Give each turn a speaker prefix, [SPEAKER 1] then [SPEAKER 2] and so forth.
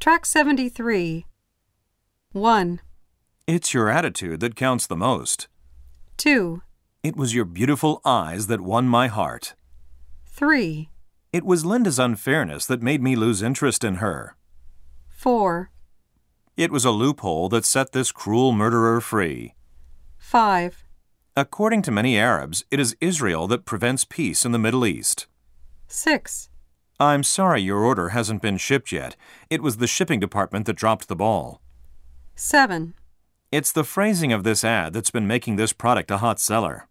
[SPEAKER 1] Track 73. 1,
[SPEAKER 2] It's your attitude that counts the most.
[SPEAKER 1] 2,
[SPEAKER 2] It was your beautiful eyes that won my heart.
[SPEAKER 1] 3,
[SPEAKER 2] It was Linda's unfairness that made me lose interest in her.
[SPEAKER 1] 4,
[SPEAKER 2] It was a loophole that set this cruel murderer free.
[SPEAKER 1] 5,
[SPEAKER 2] According to many Arabs, it is Israel that prevents peace in the Middle East.
[SPEAKER 1] 6,
[SPEAKER 2] I'm sorry your order hasn't been shipped yet. It was the shipping department that dropped the ball.
[SPEAKER 1] 7.
[SPEAKER 2] It's the phrasing of this ad that's been making this product a hot seller.